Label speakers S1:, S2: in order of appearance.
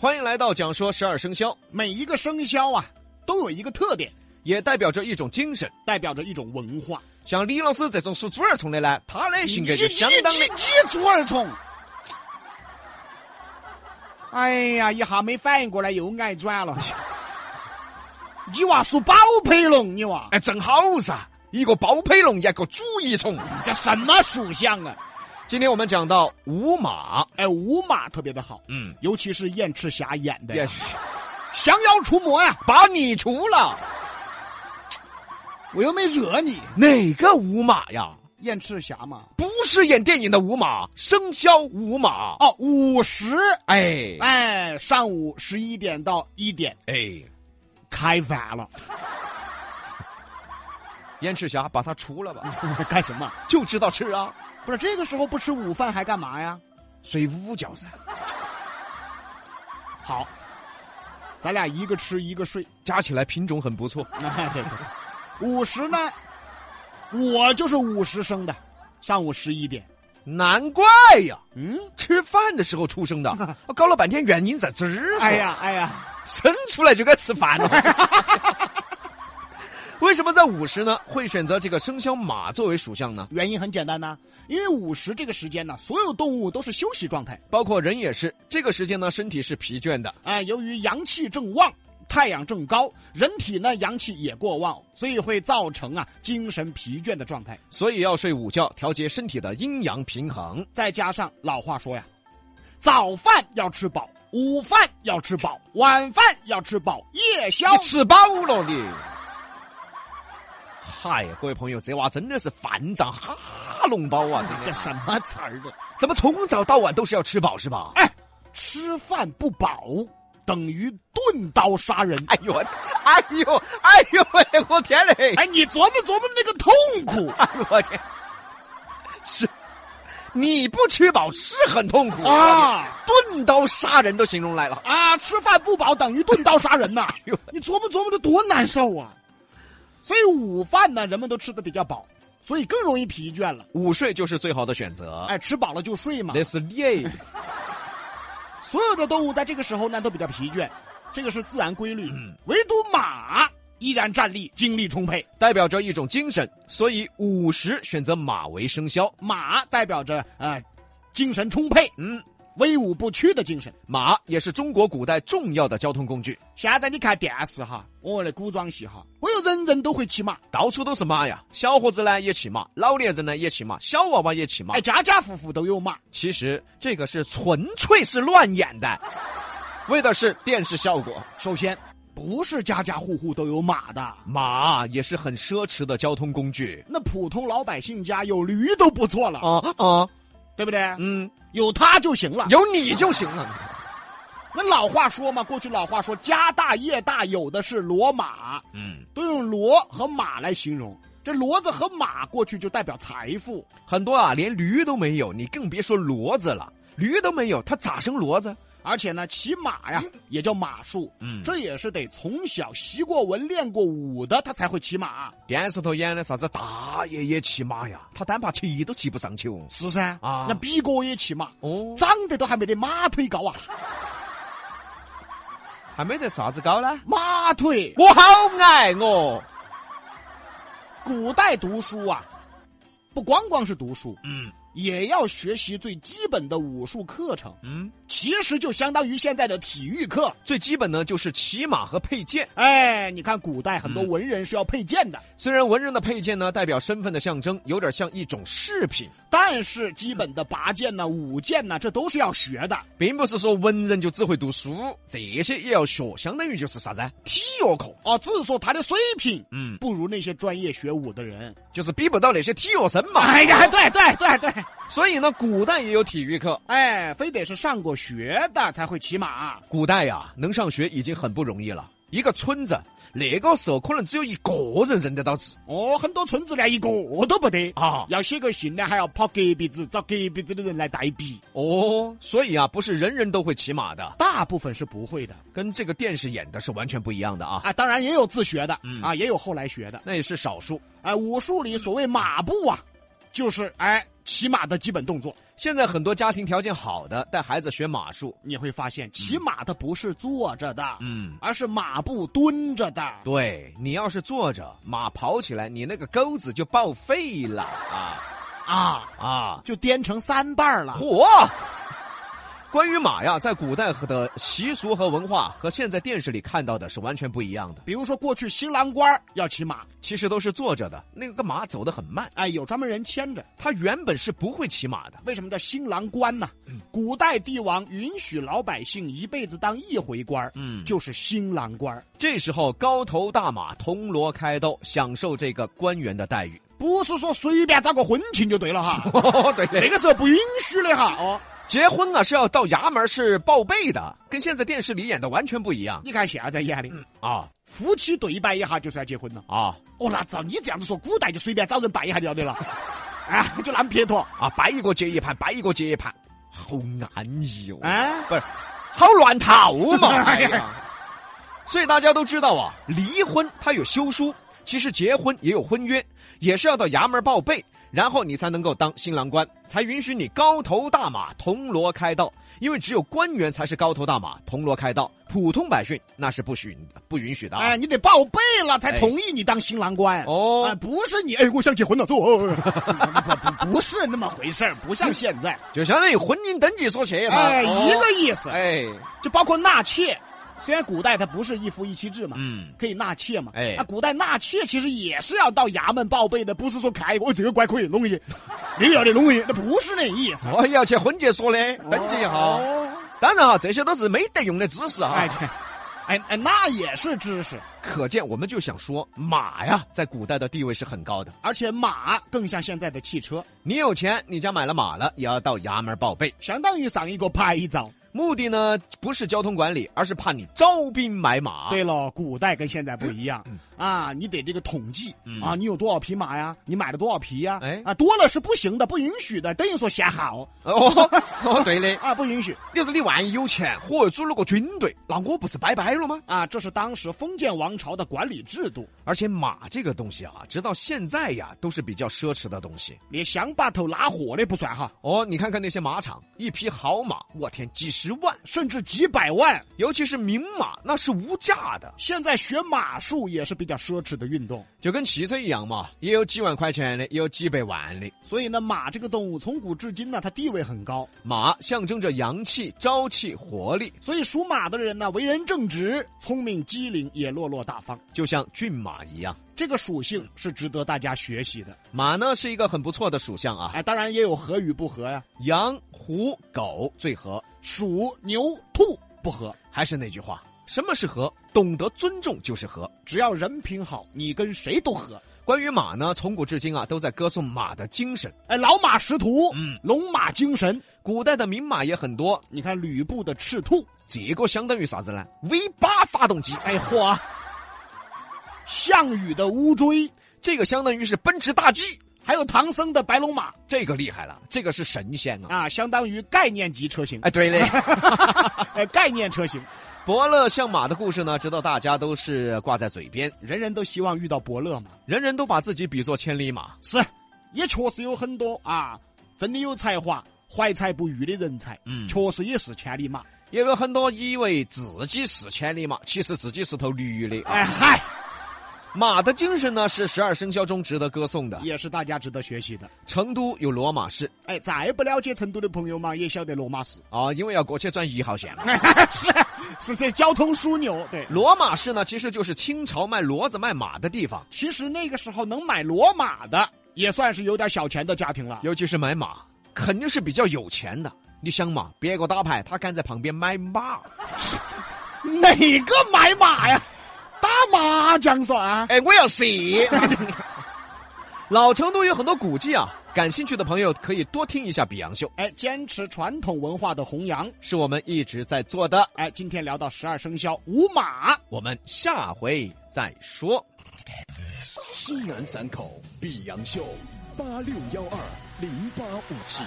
S1: 欢迎来到讲说十二生肖，
S2: 每一个生肖啊，都有一个特点，
S1: 也代表着一种精神。
S2: 代表着一种文化。
S1: 像李老师这种属猪儿虫的呢，他的性格就相当
S2: 鸡
S1: 的
S2: 鸡鸡猪儿虫。哎呀，一下没反应过来，又挨转了。你娃属宝佩龙，你娃
S1: 哎，正好噻，一个包胚龙，一个猪一虫。
S2: 这什么属相啊？
S1: 今天我们讲到五马，
S2: 哎，五马特别的好，
S1: 嗯，啊
S2: 尤其是燕赤霞演的呀
S1: 也是
S2: 降妖除魔呀、
S1: 把你除了，
S2: 我又没惹你，
S1: 哪个五马呀？
S2: 燕赤霞嘛。
S1: 不是演电影的五马，生肖五马。
S2: 哦，午时，
S1: 哎
S2: 哎，上午十一点到一点
S1: 哎，
S2: 开饭了，
S1: 燕赤霞把他除了吧，
S2: 干什么？
S1: 就知道吃啊，
S2: 不是这个时候不吃午饭还干嘛呀？
S1: 睡午觉噻，
S2: 好，咱俩一个吃一个睡。
S1: 加起来品种很不错。
S2: 哎对对对午时呢，我就是午时生的，上午十一点。
S1: 难怪呀，
S2: 嗯，
S1: 吃饭的时候出生 的，我搞了半天原因在这儿。
S2: 哎，呀哎呀，
S1: 生出来就该吃饭了。 为什么在午时呢会选择这个生肖马作为属相呢？
S2: 原因很简单呐、因为午时这个时间呢，所有动物都是休息状态。
S1: 包括人也是，这个时间呢身体是疲倦的，
S2: 哎，由于阳气正旺，太阳正高，人体呢阳气也过旺，所以会造成啊精神疲倦的状态。
S1: 所以要睡午觉，调节身体的阴阳平衡。
S2: 再加上老话说呀，早饭要吃饱，午饭要吃饱，晚饭要吃饱，夜宵
S1: 你吃饱了你。嗨，各位朋友，这娃真的是饭胀哈龙包啊！真
S2: 这
S1: 的，
S2: 什么词儿呢？
S1: 怎么从早到晚都是要吃饱是吧？
S2: 哎，吃饭不饱等于钝刀杀人。
S1: 哎呦，哎呦，哎呦喂！我天嘞！
S2: 哎，你琢磨琢磨那个痛苦。
S1: 哎呦我天，是，你不吃饱是很痛苦啊！
S2: 啊
S1: 钝刀杀人都形容来了。
S2: 啊！吃饭不饱等于钝刀杀人呐、
S1: 哎呦
S2: 你琢磨琢磨，这多难受啊！所以午饭呢，人们都吃的比较饱，所以更容易疲倦了。
S1: 午睡就是最好的选择。
S2: 哎，吃饱了就睡嘛。
S1: 那是你，
S2: 所有的动物在这个时候呢都比较疲倦，这个是自然规律。
S1: 嗯
S2: 唯独马依然站立，精力充沛。
S1: 代表着一种精神，所以午时选择马为生肖。
S2: 马代表着呃精神充沛、
S1: 嗯，
S2: 威武不屈的精神。
S1: 马也是中国古代重要的交通工具，
S2: 现在你看电视哈，哦，那古装戏哈，我有人人都会骑马，
S1: 到处都是马呀。小伙子呢也骑马，老年人呢也骑马，小娃娃也骑马
S2: 哎，。家家户户都有马。
S1: 其实这个是纯粹是乱演的，为的是电视效果。
S2: 首先，不是家家户户都有马的，
S1: 马也是很奢侈的交通工具
S2: 那普通老百姓家有驴都不错了，
S1: 啊啊，
S2: 对不对？
S1: 嗯，
S2: 有它就行了。
S1: 有你就行了。
S2: 那老话说嘛，过去老话说家大业大，有的是骡马，
S1: 嗯，
S2: 都用骡和马来形容。这骡子和马过去就代表财富，
S1: 很多啊，连驴都没有，你更别说骡子了。驴都没有，它咋生骡子？
S2: 而且呢，骑马呀也叫马术，
S1: 嗯
S2: 这也是得从小习过文、练过武的，他才会骑马。
S1: 电视头演的啥子大爷也骑马呀？他单怕骑都骑不上去哦。
S2: 是噻，
S1: 啊
S2: 那比哥也骑马，
S1: 哦，
S2: 长得都还没得马腿高啊，
S1: 还没得啥子高呢？
S2: 马腿。
S1: 我好矮哦。
S2: 古代读书啊，不光光是读书，
S1: 嗯
S2: 也要学习最基本的武术课程，
S1: 嗯，
S2: 其实就相当于现在的体育课。
S1: 最基本呢就是骑马和配件。
S2: 哎，你看古代很多
S1: 嗯
S2: 文人是要配剑的，
S1: 虽然文人的配件呢代表身份的象征，有点像一种饰品，
S2: 但是基本的拔剑呐、舞剑呐，这都是要学的。
S1: 并不是说文人就只会读书，这些也要学，相当于就是啥子？体育课。
S2: 哦，只是说他的水平
S1: 嗯，
S2: 不如那些专业学武的人。
S1: 就是比不到那些体育生嘛。
S2: 哎呀，对对对对，
S1: 所以呢，古代也有体育课。
S2: 哎，非得是上过学的才会骑马。
S1: 古代呀、能上学已经很不容易了。一个村子那个时候可能只有一个人认得到字
S2: 哦，很多村子连一个都不得。
S1: 啊。
S2: 要写个信呢，还要跑隔壁子找隔壁子的人来代笔，
S1: 哦，所以啊，不是人人都会骑马的，
S2: 大部分是不会的
S1: 跟这个电视演的是完全不一样的啊。
S2: 啊。当然也有自学的、
S1: 嗯
S2: 啊，也有后来学的。
S1: 那也是少数。
S2: 哎，武术里所谓马步啊，就是哎骑马的基本动作。
S1: 现在很多家庭条件好的带孩子学马术，
S2: 你会发现，骑马的不是坐着的，
S1: 嗯，
S2: 而是马步蹲着的。
S1: 对你要是坐着，马跑起来，你那个钩子就报废了啊
S2: 啊，
S1: 啊！
S2: 就颠成三瓣儿了。
S1: 嚯！关于马呀，在古代和的习俗和文化和现在电视里看到的是完全不一样的。
S2: 比如说，过去新郎官儿要骑马，
S1: 其实都是坐着的，那个马走得很慢，
S2: 哎，有专门人牵着。
S1: 他原本是不会骑马的。
S2: 为什么叫新郎官呢？
S1: 嗯
S2: 古代帝王允许老百姓一辈子当一回官儿，
S1: 嗯就
S2: 就是新郎官儿，
S1: 这时候高头大马铜锣开道，享受这个官员的待遇。。
S2: 不是说随便找个婚庆就对了哈
S1: 哦， 对
S2: 那个时候不允许的 哈哦，
S1: 结婚啊是要到衙门是报备的，跟现在电视里演的完全不一样
S2: 你看现在演的，
S1: 啊
S2: 夫妻对拜一下就是要结婚了。
S1: 啊
S2: 哦，那照你这样子说，古代就随便找人拜一下就要 得了，啊，就那么撇脱，
S1: 啊！掰一个接一盘，掰一个接一盘，好安逸哦！
S2: 哎、
S1: 不是，好乱套嘛！哎
S2: 哎
S1: 呀
S2: 呀，
S1: 所以大家都知道啊，离婚它有休书，其实结婚也有婚约，也是要到衙门报备，然后你才能够当新郎官，才允许你高头大马、铜锣开道。因为只有官员才是高头大马、铜锣开道，普通百姓那是不许不允许的啊！
S2: 哎，你得报备了才
S1: 哎
S2: 同意你当新郎官。
S1: 哦
S2: 哎不是你，哎，我想结婚了，走。哦不 不不，不是那么回事儿不像现在。
S1: 就相当于婚姻登记所写的，
S2: 哎，
S1: 哦
S2: 一个意思，
S1: 哎，
S2: 就包括纳妾，虽然古代它不是一夫一妻制嘛。
S1: 嗯，
S2: 可以纳妾嘛？
S1: 哎
S2: 那古代纳妾其实也是要到衙门报备的，不是说开我这个官可以弄一些， 那个要得弄一些，那不是那意思。
S1: 我也哦要去婚介所的登记一下。
S2: 哦，
S1: 当然哈，这些都是没得用的知识哈
S2: 哎。这，哎 哎，那也是知识，
S1: 可见，我们就想说，马呀，在古代的地位是很高的。
S2: 而且马更像现在的汽车，
S1: 你有钱，你家买了马了，也要到衙门报备。
S2: 相当于上一个牌照。
S1: 目的呢，不是交通管理，而是怕你招兵买马。，
S2: 对了，古代跟现在不一样啊，你得这个统计
S1: 嗯
S2: 啊，你有多少匹马呀？你买了多少匹呀
S1: 哎？
S2: 啊，多了是不行的，不允许的，等于说限号
S1: 哦，哦对的。
S2: 啊，不允许
S1: 你说你万一有钱，嚯，组了个军队，那我不是拜拜了吗？
S2: 啊，这是当时封建王朝的管理制度。
S1: 而且马这个东西啊，直到现在呀，都是比较奢侈的东西。
S2: 连乡坝头拉货的不算哈，
S1: 哦，你看看那些马场，一匹好马，我天，几十万，
S2: 甚至几百万。
S1: 尤其是名马，那是无价的，
S2: 现在学马术也是比较奢侈的运动，
S1: 就跟汽车一样嘛，也有几万块钱的，也有几百万的。
S2: 所以呢，马这个动物从古至今呢，它地位很高。
S1: 马象征着阳气、朝气、活力，
S2: 所以属马的人呢，为人正直、聪明机灵，也落落大方。
S1: 就像骏马一样。
S2: 这个属性是值得大家学习的。
S1: 马呢是一个很不错的属相啊，
S2: 哎，当然也有合与不合呀、
S1: 羊、虎、狗最合。
S2: 鼠、牛、兔不合。
S1: 还是那句话，什么是合？懂得尊重就是合。
S2: 只要人品好，你跟谁都合。
S1: 关于马呢，从古至今啊，都在歌颂马的精神。
S2: 哎，老马识途，
S1: 嗯，
S2: 龙马精神。
S1: 古代的名马也很多，
S2: 你看吕布的赤兔，
S1: 这个相当于啥子呢？V 八发动机，
S2: 哎嚯，项羽的乌骓，
S1: 这个相当于是奔驰大 G，
S2: 还有唐僧的白龙马
S1: 这个厉害了，这个是神仙啊！
S2: 啊，相当于概念级车型，
S1: 哎，对嘞，
S2: 哎，概念车型，
S1: 伯乐像马的故事呢，直到大家都是挂在嘴边，
S2: 人人都希望遇到伯乐嘛。
S1: 人人都把自己比作千里马。
S2: 是，也确实有很多啊，真的有才华、怀才不遇的人才，
S1: 嗯
S2: 确实也是千里马。
S1: 也有很多以为自己是千里马，其实自己是头驴的。
S2: 哎
S1: 哎，
S2: 嗨，
S1: 马的精神呢，是十二生肖中值得歌颂的。
S2: 也是大家值得学习的。
S1: 成都有罗马市
S2: 哎，再不了解成都的朋友嘛，也晓得罗马 市，
S1: 啊，因为要过去转一号线了。
S2: 是是这交通枢纽。对，
S1: 罗马市呢，其实就是清朝卖骡子、卖马的地方，
S2: 其实那个时候能买罗马的，也算是有点小钱的家庭了。
S1: 尤其是买马，肯定是比较有钱的。你想嘛，别个打牌，他敢在旁边买马？
S2: 哪个买马呀？打麻将算啊？
S1: 哎，我要射。 老成都有很多古迹啊，感兴趣的朋友可以多听一下《比洋秀》，
S2: 哎，坚持传统文化的弘扬。
S1: 是我们一直在做的。
S2: 哎，今天聊到十二生肖五马。
S1: 我们下回再说。
S3: 西南散口碧阳秀八六幺二零八五七。